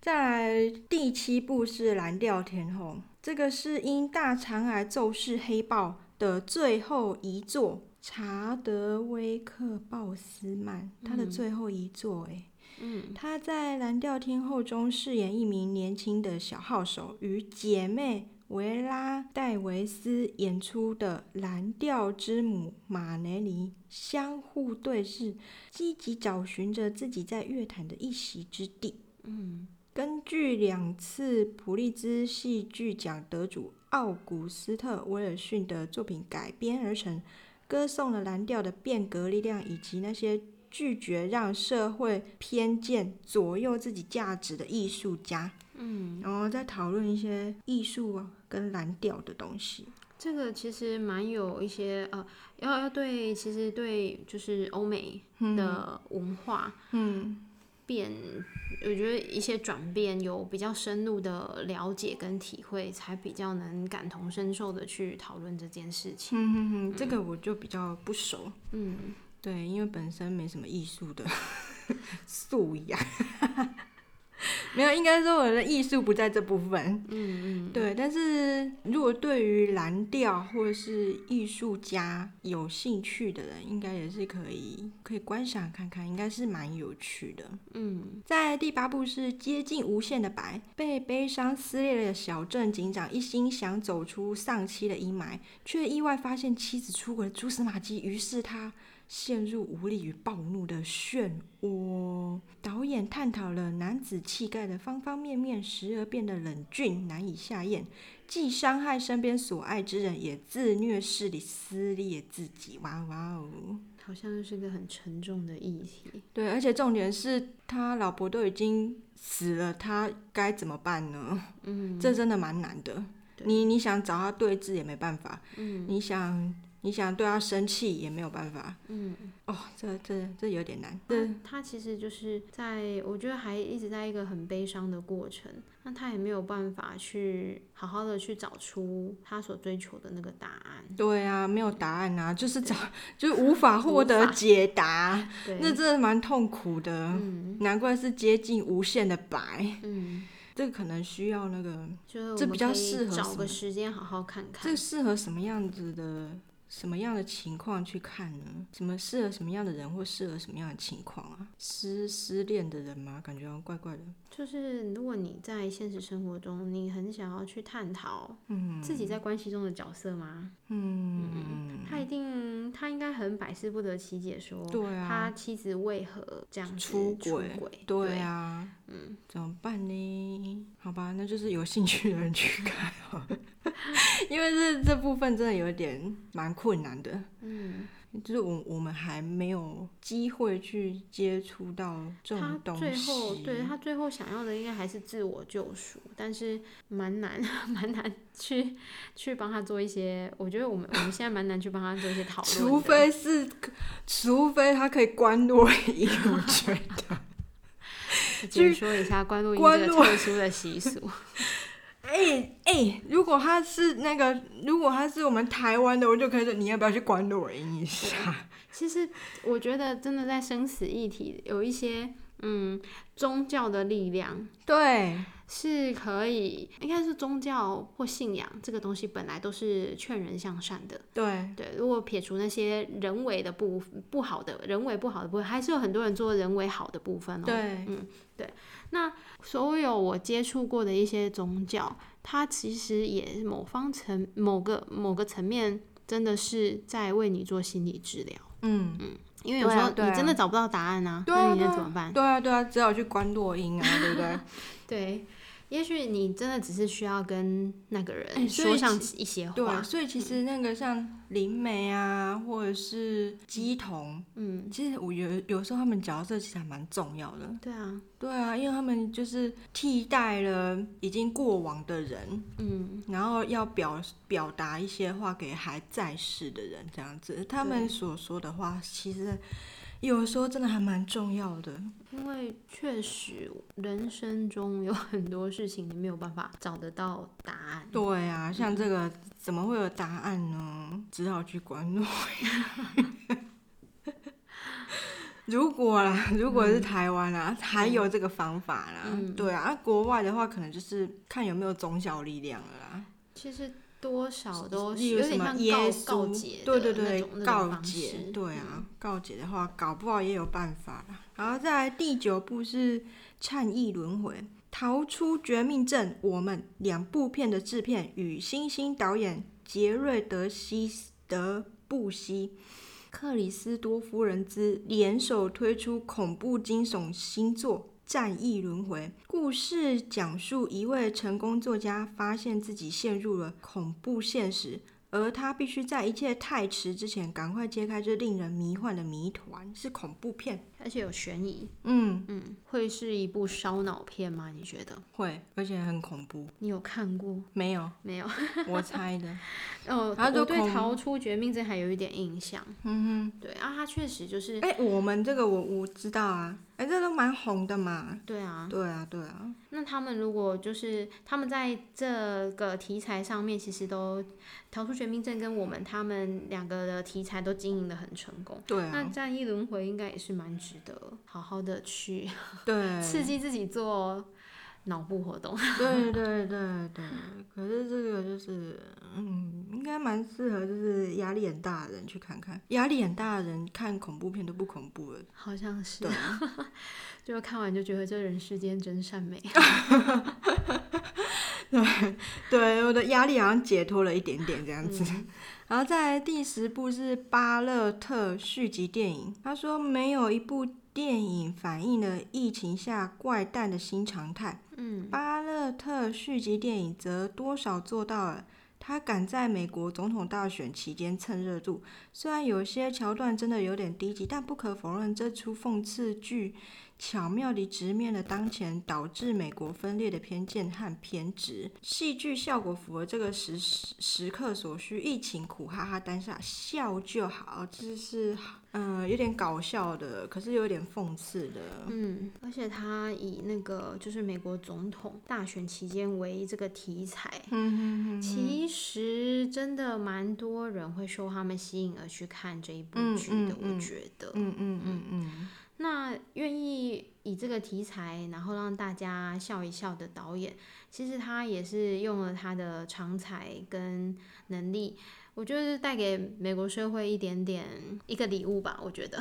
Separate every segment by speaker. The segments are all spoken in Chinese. Speaker 1: 再来第七部是蓝调天后，这个是因大肠癌骤逝黑豹的最后一作，查德威克鲍斯曼他的最后一作、欸，
Speaker 2: 嗯，
Speaker 1: 他在《蓝调天后》中饰演一名年轻的小号手，与姐妹维拉·戴维斯演出的蓝调之母马雷尼相互对视，积极找寻着自己在乐坛的一席之地。
Speaker 2: 嗯，
Speaker 1: 根据两次普利兹戏剧奖得主奥古斯特·威尔逊的作品改编而成，歌颂了蓝调的变革力量以及那些拒绝让社会偏见左右自己价值的艺术家。嗯，然后再讨论一些艺术啊跟蓝调的东西。
Speaker 2: 这个其实蛮有一些呃，要要对，其实对就是欧美的文化
Speaker 1: 嗯
Speaker 2: 变，我觉得一些转变有比较深入的了解跟体会，才比较能感同身受的去讨论这件事情。
Speaker 1: 嗯哼哼，这个我就比较不熟。
Speaker 2: 嗯，
Speaker 1: 对，因为本身没什么艺术 的素养， 没有，应该说我的艺术不在这部分。嗯嗯，对。但是如果对于蓝调或者是艺术家有兴趣的人，应该也是可以可以观赏看看，应该是蛮有趣的。嗯，在第八部是接近无限的白，被悲伤撕裂的小镇警长一心想走出丧妻的阴霾，却意外发现妻子出轨的蛛丝马迹，于是他。陷入无力与暴怒的漩涡。导演探讨了男子气概的方方面面，时而变得冷峻，难以下咽，既伤害身边所爱之人，也自虐势力撕裂自己。哇哇哦！
Speaker 2: 好像又是个很沉重的议题。
Speaker 1: 对，而且重点是他老婆都已经死了，他该怎么办呢？
Speaker 2: 嗯，
Speaker 1: 这真的蛮难的。
Speaker 2: 对
Speaker 1: 你你想找他对峙也没办法，嗯，你想你想对他生气也没有办法，
Speaker 2: 嗯。
Speaker 1: 哦，这这这有点难，这
Speaker 2: 他他其实就是在，我觉得还一直在一个很悲伤的过程，那他也没有办法去好好的去找出他所追求的那个答案。
Speaker 1: 对啊，没有答案啊，就是找， 就是无法获
Speaker 2: 无
Speaker 1: 得
Speaker 2: 法
Speaker 1: 解答，
Speaker 2: 对，
Speaker 1: 那真的蛮痛苦的，
Speaker 2: 嗯
Speaker 1: 难怪是接近无限的白，
Speaker 2: 嗯，
Speaker 1: 这个可能需要那个，
Speaker 2: 就是
Speaker 1: 这
Speaker 2: 我
Speaker 1: 比
Speaker 2: 们
Speaker 1: 较
Speaker 2: 可
Speaker 1: 适
Speaker 2: 以
Speaker 1: 合
Speaker 2: 找
Speaker 1: 什
Speaker 2: 个
Speaker 1: 么
Speaker 2: 时间好好看看
Speaker 1: 这。适合什么样子的，什么样的情况去看呢？什么适合什么样的人，或适合什么样的情况啊？失失恋的人吗？感觉好像怪怪的，
Speaker 2: 就是如果你在现实生活中，你很想要去探讨自己在关系中的角色吗？
Speaker 1: 嗯，
Speaker 2: 他一定，他应该很百思不得其解说，
Speaker 1: 对啊
Speaker 2: 他妻子为何这样子
Speaker 1: 出
Speaker 2: 轨
Speaker 1: 轨？对啊，嗯，怎么办呢？好吧，那就是有兴趣的人去看好了， 因为这这部分真的有点蛮困难的，
Speaker 2: 嗯，
Speaker 1: 就是我我们还没有机会去接触到这种
Speaker 2: 他
Speaker 1: 东
Speaker 2: 最
Speaker 1: 西。
Speaker 2: 后对他最后想要的应该还是自我救赎，但是蛮难 蛮难去去帮他做一些，我觉得我们我们现在蛮难去帮他做一些讨论的。
Speaker 1: 除非是，除非他可以关录音，我觉得。
Speaker 2: 解说一下关录音
Speaker 1: 关
Speaker 2: 这个
Speaker 1: 录
Speaker 2: 特殊的 习俗，
Speaker 1: 哎 哎、如果他是那个，如果他是我们台湾的，我就可以说你要不要去关录音一下？
Speaker 2: 其实我觉得真的在生死议题有一些嗯宗教的力量。
Speaker 1: 对，
Speaker 2: 是可以，应该是宗教或信仰这个东西本来都是劝人向善的，
Speaker 1: 对，
Speaker 2: 对，如果撇除那些人为的不不好的人为不好的部分，还是有很多人做人为好的部分哦。，
Speaker 1: 对，
Speaker 2: 那所有我接触过的一些宗教，它其实也某方层某个某个层面，真的是在为你做心理治疗，
Speaker 1: 嗯。
Speaker 2: 因为有
Speaker 1: 对
Speaker 2: 时
Speaker 1: 啊
Speaker 2: 候
Speaker 1: 对啊
Speaker 2: 你真的找不到答案啊，
Speaker 1: 对啊
Speaker 2: 那你
Speaker 1: 对
Speaker 2: 能
Speaker 1: 啊
Speaker 2: 怎么办？
Speaker 1: 对啊，对啊，只好去关落音 啊，对不对？
Speaker 2: 对，也许你真的只是需要跟那个
Speaker 1: 哎
Speaker 2: 人
Speaker 1: 所以
Speaker 2: 说上
Speaker 1: 其
Speaker 2: 一些话
Speaker 1: 对，，啊所以其实那个像灵媒啊，或者是鸡童，
Speaker 2: 嗯，
Speaker 1: 其实我有有时候他们角色其实还蛮重要的。
Speaker 2: 对啊，
Speaker 1: 对啊，因为他们就是替代了已经过往的人，
Speaker 2: 嗯，
Speaker 1: 然后要表表达一些话给还在世的人，这样子，他们
Speaker 2: 对
Speaker 1: 所说的话其实有时候真的还蛮重要的。
Speaker 2: 因为确实人生中有很多事情你没有办法找得到答案。
Speaker 1: 对啊，像这个怎么会有答案呢？只好去关注。 如果啦，如果
Speaker 2: 嗯
Speaker 1: 是台湾啦，还有这个方法啦，对啊，啊国外的话可能就是看有没有宗教力量了啦，
Speaker 2: 其实多少都是
Speaker 1: 例如
Speaker 2: 有
Speaker 1: 什
Speaker 2: 点
Speaker 1: 么
Speaker 2: 像
Speaker 1: 耶
Speaker 2: 告告
Speaker 1: 稣
Speaker 2: 解，的
Speaker 1: 对对
Speaker 2: 那
Speaker 1: 对
Speaker 2: 种，那种
Speaker 1: 告
Speaker 2: 方
Speaker 1: 解
Speaker 2: 式，嗯
Speaker 1: 对啊，告解的话，搞不好也有办法啦。然后再来第九部是忏意轮回。逃出绝命镇，我们两部片的制片与新兴导演杰瑞德西德布西克里斯多夫人之联手推出恐怖惊悚新作《战役轮回》。故事讲述一位成功作家发现自己陷入了恐怖现实，而他必须在一切太迟之前赶快揭开这令人迷幻的谜团。是恐怖片，
Speaker 2: 而且有悬疑，
Speaker 1: 嗯，
Speaker 2: 嗯，会是一部烧脑片吗？你觉得？
Speaker 1: 会，而且很恐怖。
Speaker 2: 你有看过
Speaker 1: 没有，
Speaker 2: 没有？
Speaker 1: 我猜 的。
Speaker 2: 哦，
Speaker 1: 它就
Speaker 2: 我对
Speaker 1: 恐
Speaker 2: 《逃出绝命镇》还有一点印象。嗯哼，对啊，它确实就是，
Speaker 1: 哎、我们这个我我知道啊，哎、这都蛮红的嘛。
Speaker 2: 对啊。
Speaker 1: 对啊，对啊，
Speaker 2: 那他们如果就是他们在这个题材上面，其实都《逃出绝命镇》跟我们他们两个的题材都经营的很成功。
Speaker 1: 对
Speaker 2: 那
Speaker 1: 啊，
Speaker 2: 《战役轮回》应该也是蛮值得好好的去
Speaker 1: 对，
Speaker 2: 刺激自己做脑部活动。
Speaker 1: 对对对对，可是这个就是，嗯，应该蛮适合就是压力很大的人去看看。压力很大的人看恐怖片都不恐怖了，
Speaker 2: 好像是
Speaker 1: 对，
Speaker 2: 就看完就觉得这人世间真善美。
Speaker 1: 对，我的压力好像解脱了一点点这样子。然后再来第十部是巴勒特续集电影，他说没有一部电影反映了疫情下怪诞的新常态。
Speaker 2: 嗯，
Speaker 1: 巴勒特续集电影则多少做到了。他赶在美国总统大选期间蹭热度，虽然有些桥段真的有点低级，但不可否认，这出讽刺剧巧妙地直面了当前导致美国分裂的偏见和偏执，戏剧效果符合这个时时时刻所需。疫情苦哈哈当下笑就好，这是嗯、呃有点搞笑的，可是有点讽刺的，
Speaker 2: 嗯，而且他以那个就是美国总统大选期间为这个题材，
Speaker 1: 嗯
Speaker 2: 其实真的蛮多人会受他们吸引而去看这一部
Speaker 1: 嗯
Speaker 2: 剧的，
Speaker 1: 嗯
Speaker 2: 我
Speaker 1: 嗯
Speaker 2: 觉得。
Speaker 1: 嗯嗯嗯嗯，
Speaker 2: 那愿意以这个题材，然后让大家笑一笑的导演，其实他也是用了他的长才跟能力，我觉得是带给美国社会一点点一个礼物吧。我觉得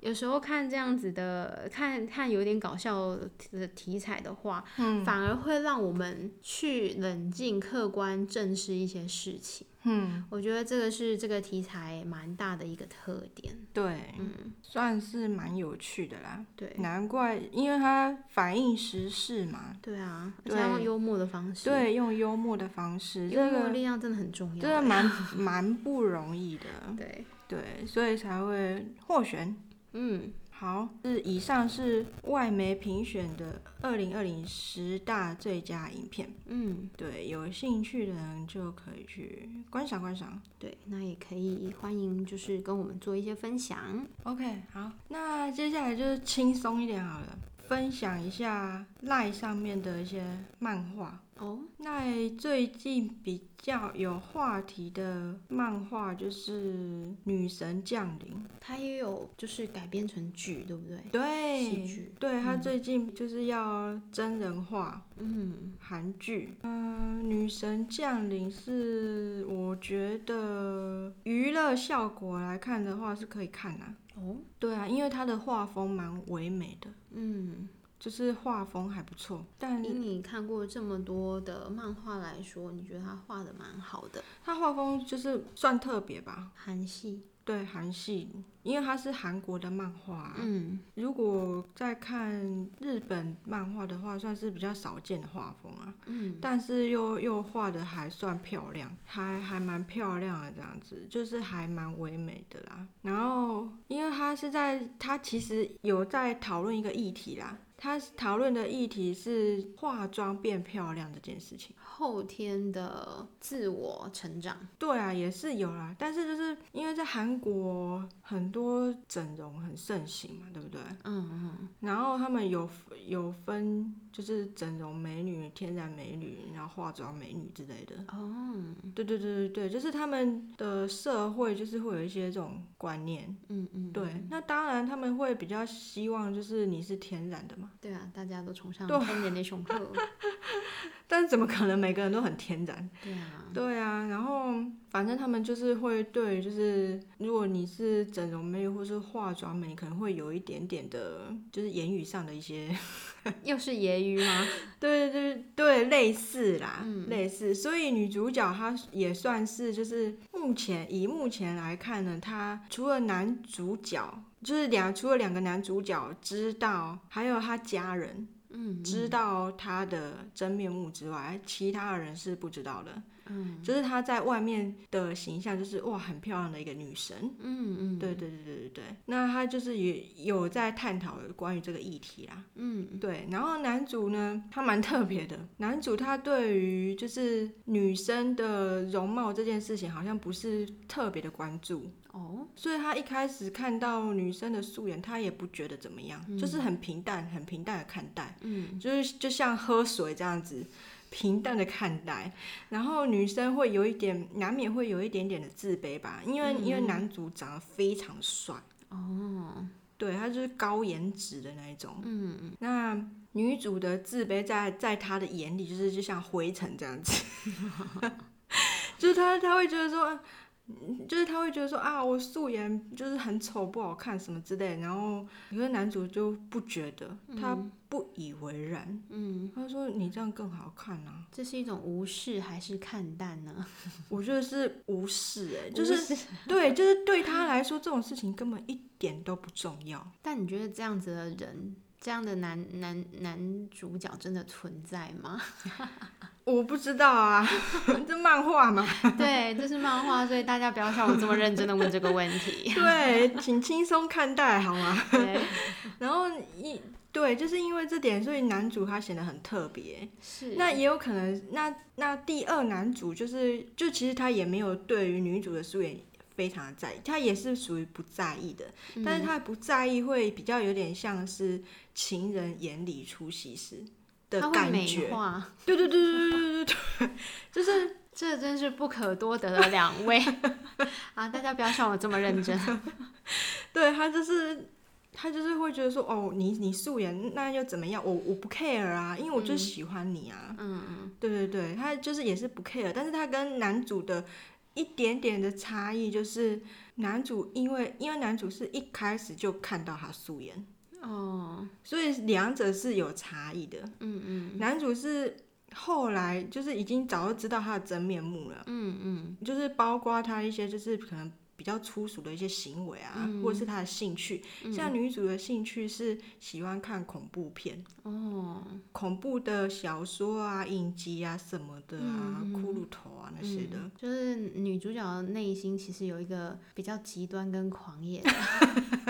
Speaker 2: 有时候看这样子的，看看有点搞笑的题材的话，反而会让我们去冷静、客观正视一些事情。嗯，我觉得这个是这个题材蛮大的一个特点。
Speaker 1: 对，嗯算是蛮有趣的啦。
Speaker 2: 对。
Speaker 1: 难怪，因为它反映时事嘛，
Speaker 2: 对啊，而
Speaker 1: 对
Speaker 2: 且要用幽默的方式，，
Speaker 1: 对，用幽默的方式，
Speaker 2: 幽
Speaker 1: 这
Speaker 2: 默
Speaker 1: 个啊
Speaker 2: 力量真的很重要
Speaker 1: 真的
Speaker 2: 欸。
Speaker 1: 蛮 蛮不容易的，
Speaker 2: 对，
Speaker 1: 对，所以才会获选。
Speaker 2: 嗯，
Speaker 1: 好，是以上是外媒评选的二零二零十大最佳影片，
Speaker 2: 嗯，
Speaker 1: 对，有兴趣的人就可以去观赏观赏。
Speaker 2: 对，那也可以欢迎，就是跟我们做一些分享。
Speaker 1: OK，好，那接下来就是轻松一点好了，分享一下赖上面的一些漫画。
Speaker 2: 哦，
Speaker 1: 那最近比较有话题的漫画就是《女神降临
Speaker 2: 它也有就是改编成剧，对不对》，？戏
Speaker 1: 对
Speaker 2: 剧，
Speaker 1: 对，它最近就是要真人化
Speaker 2: 嗯，
Speaker 1: 韩剧。嗯、女神降临是我觉得娱乐效果来看的话是可以看啊，
Speaker 2: 哦，
Speaker 1: 对啊，因为它的画风蛮唯美的，
Speaker 2: 嗯，
Speaker 1: 就是画风还不错，但
Speaker 2: 以你看过这么多的漫画来说，你觉得它画的蛮好的，
Speaker 1: 它画风就是算特别吧。
Speaker 2: 韩系，
Speaker 1: 对韩系，因为它是韩国的漫画啊、
Speaker 2: 嗯，
Speaker 1: 如果在看日本漫画的话，算是比较少见的画风啊。嗯，但是又又画的还算漂亮，还还蛮漂亮的这样子，就是还蛮唯美的啦。然后，因为他是在他其实有在讨论一个议题啦，他讨论的议题是化妆变漂亮这件事情。
Speaker 2: 后天的自我成长，
Speaker 1: 对啊，也是有啦，但是就是因为在韩国很多整容很盛行嘛，对不对？
Speaker 2: 嗯嗯，
Speaker 1: 然后他们有有分，就是整容美女、天然美女，然后化妆美女之类的。
Speaker 2: 哦，
Speaker 1: 对对对对对，就是他们的社会就是会有一些这种观念。
Speaker 2: 嗯嗯，
Speaker 1: 对，那当然他们会比较希望就是你是天然的嘛，
Speaker 2: 对啊，大家都崇尚
Speaker 1: 对
Speaker 2: 天然 的雄鹤，
Speaker 1: 但是怎么可能每个人都很天然？
Speaker 2: 对啊，
Speaker 1: 对啊，然后反正他们就是会对，就是如果你是整容妹或是化妆妹，可能会有一点点的，就是言语上的一些。
Speaker 2: 又是揶揄吗？
Speaker 1: 对对对，类似啦，
Speaker 2: 嗯
Speaker 1: 类似。所以女主角她也算是，就是目前以目前来看呢，她除了男主角，就是两除了两个男主角知道，还有他家人
Speaker 2: 嗯，
Speaker 1: 知道他的真面目之外，其他的人是不知道的。
Speaker 2: 嗯
Speaker 1: 就是她在外面的形象，就是哇，很漂亮的一个女神。
Speaker 2: 嗯嗯，
Speaker 1: 对对对对对对，那她就是也有在探讨关于这个议题啦。
Speaker 2: 嗯，
Speaker 1: 对，然后男主呢，他蛮特别的。男主他对于就是女生的容貌这件事情，好像不是特别的关注，
Speaker 2: 哦，
Speaker 1: 所以他一开始看到女生的素颜，他也不觉得怎么样，就是很平淡、很平淡的看待，
Speaker 2: 嗯
Speaker 1: 就是就像喝水这样子。平淡的看待，然后女生会有一点，难免会有一点点的自卑吧，因
Speaker 2: 嗯
Speaker 1: 为、因为男主长得非常的帅，
Speaker 2: 哦，
Speaker 1: 对他就是高颜值的那一种，
Speaker 2: 嗯
Speaker 1: 那女主的自卑在在她的眼里就是就像灰尘这样 子，就是她她会觉得说，嗯就是她会觉得说啊，我素颜就是很丑不好看什么之类的，然后可是男主就不觉得，他不以为然，
Speaker 2: 嗯，
Speaker 1: 他说你这样更好看啊，
Speaker 2: 这是一种无视还是看淡 呢？
Speaker 1: 我觉得是无视哎、就
Speaker 2: 无
Speaker 1: 是
Speaker 2: 视
Speaker 1: 对，就是对他来说这种事情根本一点都不重要。
Speaker 2: 但你觉得这样子的人，这样的男男男主角真的存在吗？
Speaker 1: 我不知道啊， 这漫画嘛，
Speaker 2: 对，这是漫画，所以大家不要像我这么认真的问这个问题。
Speaker 1: 对，请轻松看待好吗？
Speaker 2: 对，
Speaker 1: 然后一对，就是因为这点，所以男主他显得很特别。
Speaker 2: 是
Speaker 1: 那也有可能，那那第二男主就是，就其实他也没有对于女主的素颜非常的在意，他也是属于不在意的。
Speaker 2: 嗯
Speaker 1: 但是他不在意会比较有点像是情人眼里出西施的
Speaker 2: 他会
Speaker 1: 感
Speaker 2: 美
Speaker 1: 觉。
Speaker 2: 化，
Speaker 1: 对对对对对对对对，就是
Speaker 2: 这真是不可多得的两位 啊！大家不要像我这么认真。
Speaker 1: 对他就是。他就是会觉得说，哦，你你素颜那又怎么样？我我不 care 啊，因为我就
Speaker 2: 嗯
Speaker 1: 喜欢你啊。
Speaker 2: 嗯
Speaker 1: 对对对，他就是也是不 care，但是他跟男主的一点点的差异就是，男主因为因为男主是一开始就看到他素颜，
Speaker 2: 嗯，哦，
Speaker 1: 所以两者是有差异的。
Speaker 2: 嗯嗯
Speaker 1: 男主是后来就是已经早就知道他的真面目了，
Speaker 2: 嗯嗯
Speaker 1: 就是包括他一些就是可能。比较粗俗的一些行为啊，
Speaker 2: 嗯
Speaker 1: 或者是他的兴趣，
Speaker 2: 嗯
Speaker 1: 像女主的兴趣是喜欢看恐怖片，
Speaker 2: 哦，
Speaker 1: 恐怖的小说啊、影集啊什么的啊，
Speaker 2: 嗯嗯嗯
Speaker 1: 骷髅头啊那些的。
Speaker 2: 嗯 就是女主角的内心其实有一个比较极端跟狂野的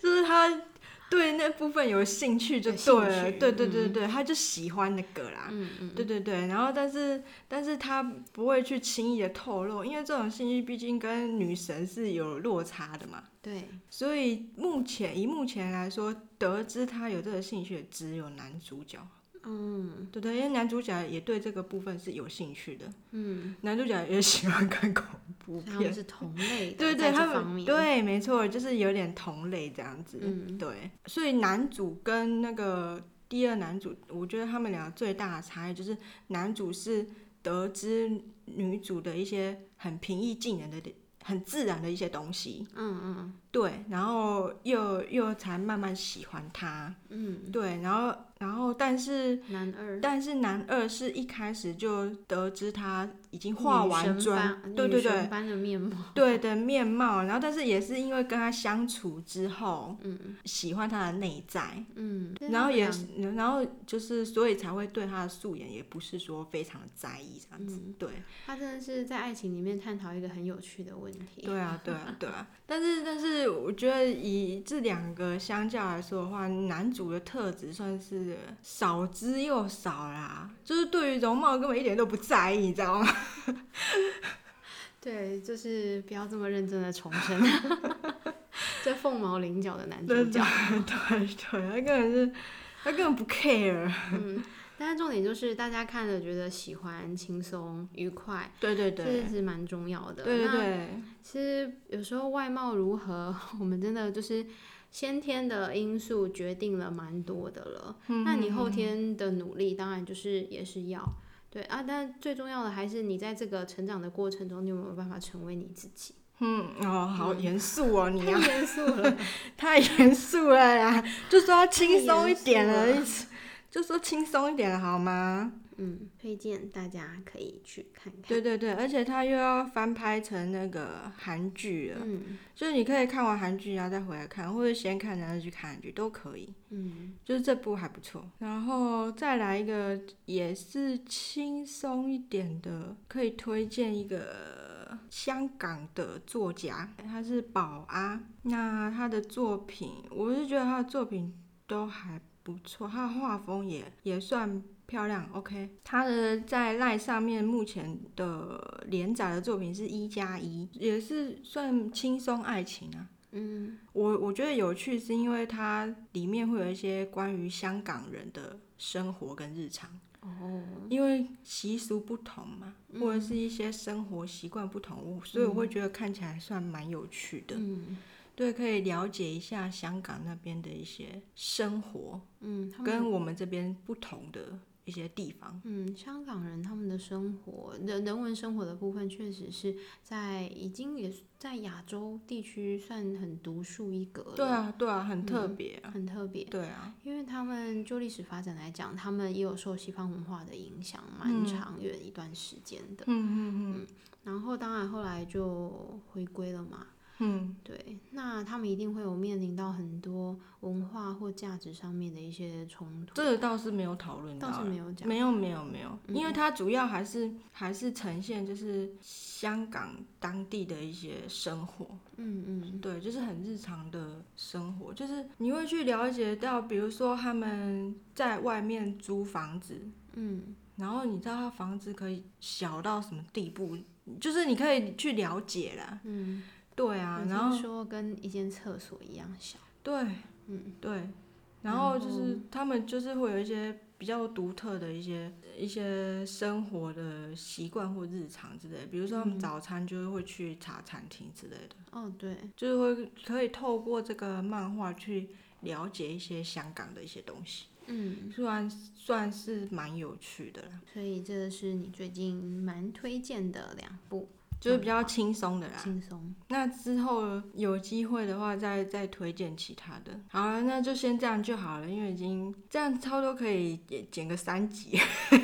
Speaker 1: 就是他对那部分有兴趣就
Speaker 2: 有兴
Speaker 1: 对了，
Speaker 2: 趣
Speaker 1: 对对对
Speaker 2: 嗯
Speaker 1: 对，他就喜欢那个啦。
Speaker 2: 嗯嗯，
Speaker 1: 对对对，然后但是但是他不会去轻易的透露，因为这种兴趣毕竟跟女神是有落差的嘛，
Speaker 2: 对，
Speaker 1: 所以目前以目前来说，得知他有这个兴趣的只有男主角，
Speaker 2: 嗯
Speaker 1: 对不对，因为男主角也对这个部分是有兴趣的，
Speaker 2: 嗯，
Speaker 1: 男主角也喜欢看恐怖
Speaker 2: 所以他们
Speaker 1: 片，
Speaker 2: 是同类的，
Speaker 1: 对对，
Speaker 2: 在
Speaker 1: 他
Speaker 2: 这方
Speaker 1: 们
Speaker 2: 面，
Speaker 1: 对，没错，就是有点同类这样子，
Speaker 2: 嗯
Speaker 1: 对，所以男主跟那个第二男主，我觉得他们俩最大的差异就是，男主是得知女主的一些很平易近人的、很自然的一些东西，
Speaker 2: 嗯嗯
Speaker 1: 对，然后又又才慢慢喜欢她，
Speaker 2: 嗯，
Speaker 1: 对，然后然后但是
Speaker 2: 男二
Speaker 1: 但是男二是一开始就得知她已经化完妆，
Speaker 2: 女神般
Speaker 1: 对对
Speaker 2: 女神
Speaker 1: 对
Speaker 2: 般的面貌，
Speaker 1: 对的面貌，然后但是也是因为跟她相处之后，
Speaker 2: 嗯
Speaker 1: 喜欢她的内在。
Speaker 2: 嗯，
Speaker 1: 然后也，
Speaker 2: 就是
Speaker 1: 然后就是，所以才会对他的素颜也不是说非常的在意这样子。
Speaker 2: 嗯
Speaker 1: 对，
Speaker 2: 他真的是在爱情里面探讨一个很有趣的问题，
Speaker 1: 对啊，对啊，对啊。但是，但是就是我觉得以这两个相较来说的话，男主的特质算是少之又少啦，就是对于容貌根本一点都不在意，你知道吗？
Speaker 2: 对，就是不要这么认真的重生， 这凤毛麟角的男主
Speaker 1: 对对
Speaker 2: 角。
Speaker 1: 对对，他根本是他根本不 care。
Speaker 2: 嗯但是重点就是大家看了觉得喜欢、轻松、愉快，
Speaker 1: 对对
Speaker 2: 这
Speaker 1: 对，
Speaker 2: 是蛮重要的。
Speaker 1: 对对
Speaker 2: 那
Speaker 1: 对，
Speaker 2: 其实有时候外貌如何， 我们真的就是先天的因素决定了蛮多的了。那你后天的努力，当然就是也是要对啊，但最重要的还是你在这个成长的过程中，你有没有办法成为你自己？
Speaker 1: 嗯，哦，好严肃 哦，你
Speaker 2: 太
Speaker 1: 啊，
Speaker 2: 严肃了，
Speaker 1: 太严肃了 啦，就说要轻松一点
Speaker 2: 太严
Speaker 1: 了，就说轻松一点好吗？
Speaker 2: 嗯， 推荐大家可以去看看。
Speaker 1: 对对对，而且他又要翻拍成那个韩剧了，
Speaker 2: 嗯
Speaker 1: 就是你可以看完韩剧然后啊再回来看，或者先看然后去看韩剧都可以。
Speaker 2: 嗯，
Speaker 1: 就是这部还不错，然后再来一个也是轻松一点的，可以推荐一个香港的作家，他是宝阿。那他的作品，我是觉得他的作品都还不错，他的画风也也算漂亮。OK，他的在赖上面目前的连载的作品是一加一，也是算轻松爱情啊。
Speaker 2: 嗯
Speaker 1: 我我觉得有趣是因为它里面会有一些关于香港人的生活跟日常，
Speaker 2: 哦，嗯
Speaker 1: 因为习俗不同嘛，或者是一些生活习惯不同，我所以我会觉得看起来算蛮有趣的。
Speaker 2: 嗯
Speaker 1: 对，可以了解一下香港那边的一些生活，
Speaker 2: 嗯，他们
Speaker 1: 跟我们这边不同的一些地方。
Speaker 2: 嗯，香港人他们的生活人人文生活的部分，确实是在已经也是在亚洲地区算很独树一格了，
Speaker 1: 对啊，对啊，很特别啊。
Speaker 2: 很特别。
Speaker 1: 对啊，
Speaker 2: 因为他们就历史发展来讲，他们也有受西方文化的影响，蛮
Speaker 1: 嗯
Speaker 2: 长远一段时间的。
Speaker 1: 嗯嗯嗯
Speaker 2: 然后当然后来就回归了嘛，
Speaker 1: 嗯，
Speaker 2: 对，那他们一定会有面临到很多文化或价值上面的一些冲突，
Speaker 1: 这个倒是没有讨论到
Speaker 2: 倒
Speaker 1: 啦。
Speaker 2: 是没有讲。
Speaker 1: 没有没有没有，因为
Speaker 2: 嗯
Speaker 1: 它主要还是还是呈现就是香港当地的一些生活，
Speaker 2: 嗯嗯
Speaker 1: 对，就是很日常的生活，就是你会去了解到，比如说他们在外面租房子，
Speaker 2: 嗯，
Speaker 1: 然后你知道他房子可以小到什么地步，就是你可以去了解啦，嗯，对啊
Speaker 2: 我，听
Speaker 1: 然后
Speaker 2: 说跟一间厕所一样小。
Speaker 1: 对，
Speaker 2: 嗯，
Speaker 1: 对，
Speaker 2: 然
Speaker 1: 然后就
Speaker 2: 后
Speaker 1: 是他们就是会有一些比较独特的一些一些生活的习惯或日常之类的，比如说
Speaker 2: 嗯
Speaker 1: 他们早餐就是会去茶餐厅之类的，
Speaker 2: 哦，对，
Speaker 1: 就是会可以透过这个漫画去了解一些香港的一些东西，
Speaker 2: 嗯，
Speaker 1: 虽然算是蛮有趣的啦，
Speaker 2: 所以这是你最近蛮推荐的两部，
Speaker 1: 就是比较轻松的啦。
Speaker 2: 轻松。
Speaker 1: 那之后有机会的话再，再推荐其他的。好了，那就先这样就好了，因为已经这样差不多可以剪剪个三集。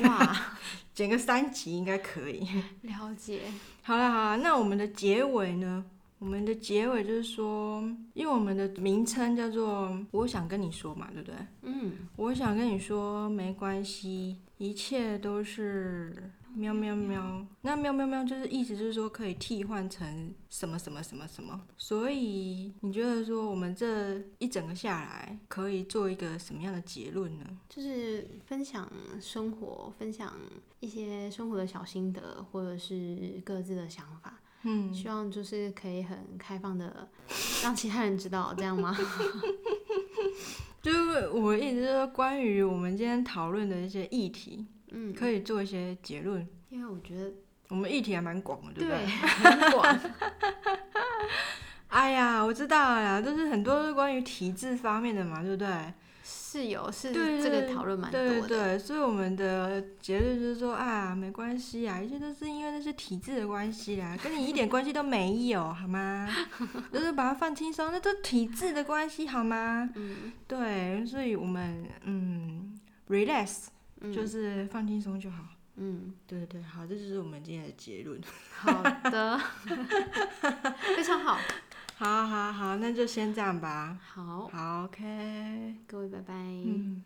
Speaker 2: 哇，
Speaker 1: 剪个三集应该可以。
Speaker 2: 了解，
Speaker 1: 好了好了，那我们的结尾呢？我们的结尾就是说，因为我们的名称叫做“我想跟你说”嘛，对不对？
Speaker 2: 嗯，
Speaker 1: 我想跟你说，没关系，一切都是喵喵喵。那喵喵喵就是意思就是说可以替换成什么什么什么什么。所以你觉得说我们这一整个下来可以做一个什么样的结论呢？
Speaker 2: 就是分享生活，分享一些生活的小心得，或者是各自的想法，
Speaker 1: 嗯，
Speaker 2: 希望就是可以很开 放的让其他人知道，这样吗？
Speaker 1: 就是我一直说关于我们今天讨论的一些议题，
Speaker 2: 嗯，
Speaker 1: 可以做一些结论。
Speaker 2: 因为我觉得
Speaker 1: 我们议题还蛮广的，对不 对？
Speaker 2: 很广，
Speaker 1: 哎呀，我知道了啦，就是很多是关于体制方面的嘛，对不对？
Speaker 2: 是有是
Speaker 1: 对
Speaker 2: 这个
Speaker 1: 对
Speaker 2: 讨论蛮多
Speaker 1: 对
Speaker 2: 的，
Speaker 1: 对，所以我们的结论就是说，啊，没关系啊，一切都是因为那些体制的关系 啦，跟你一点关系都没有，好吗？就是把它放轻松，那都体制的关系，好吗？
Speaker 2: 嗯，
Speaker 1: 对，所以我们嗯，relax，
Speaker 2: 嗯
Speaker 1: 就是放轻松就好。
Speaker 2: 嗯，
Speaker 1: 对对，好，这就是我们今天的结论。
Speaker 2: 好 的，非常好，
Speaker 1: 好好好，那就先这样吧。
Speaker 2: 好，
Speaker 1: 好，OK，
Speaker 2: 各位拜拜。
Speaker 1: 嗯，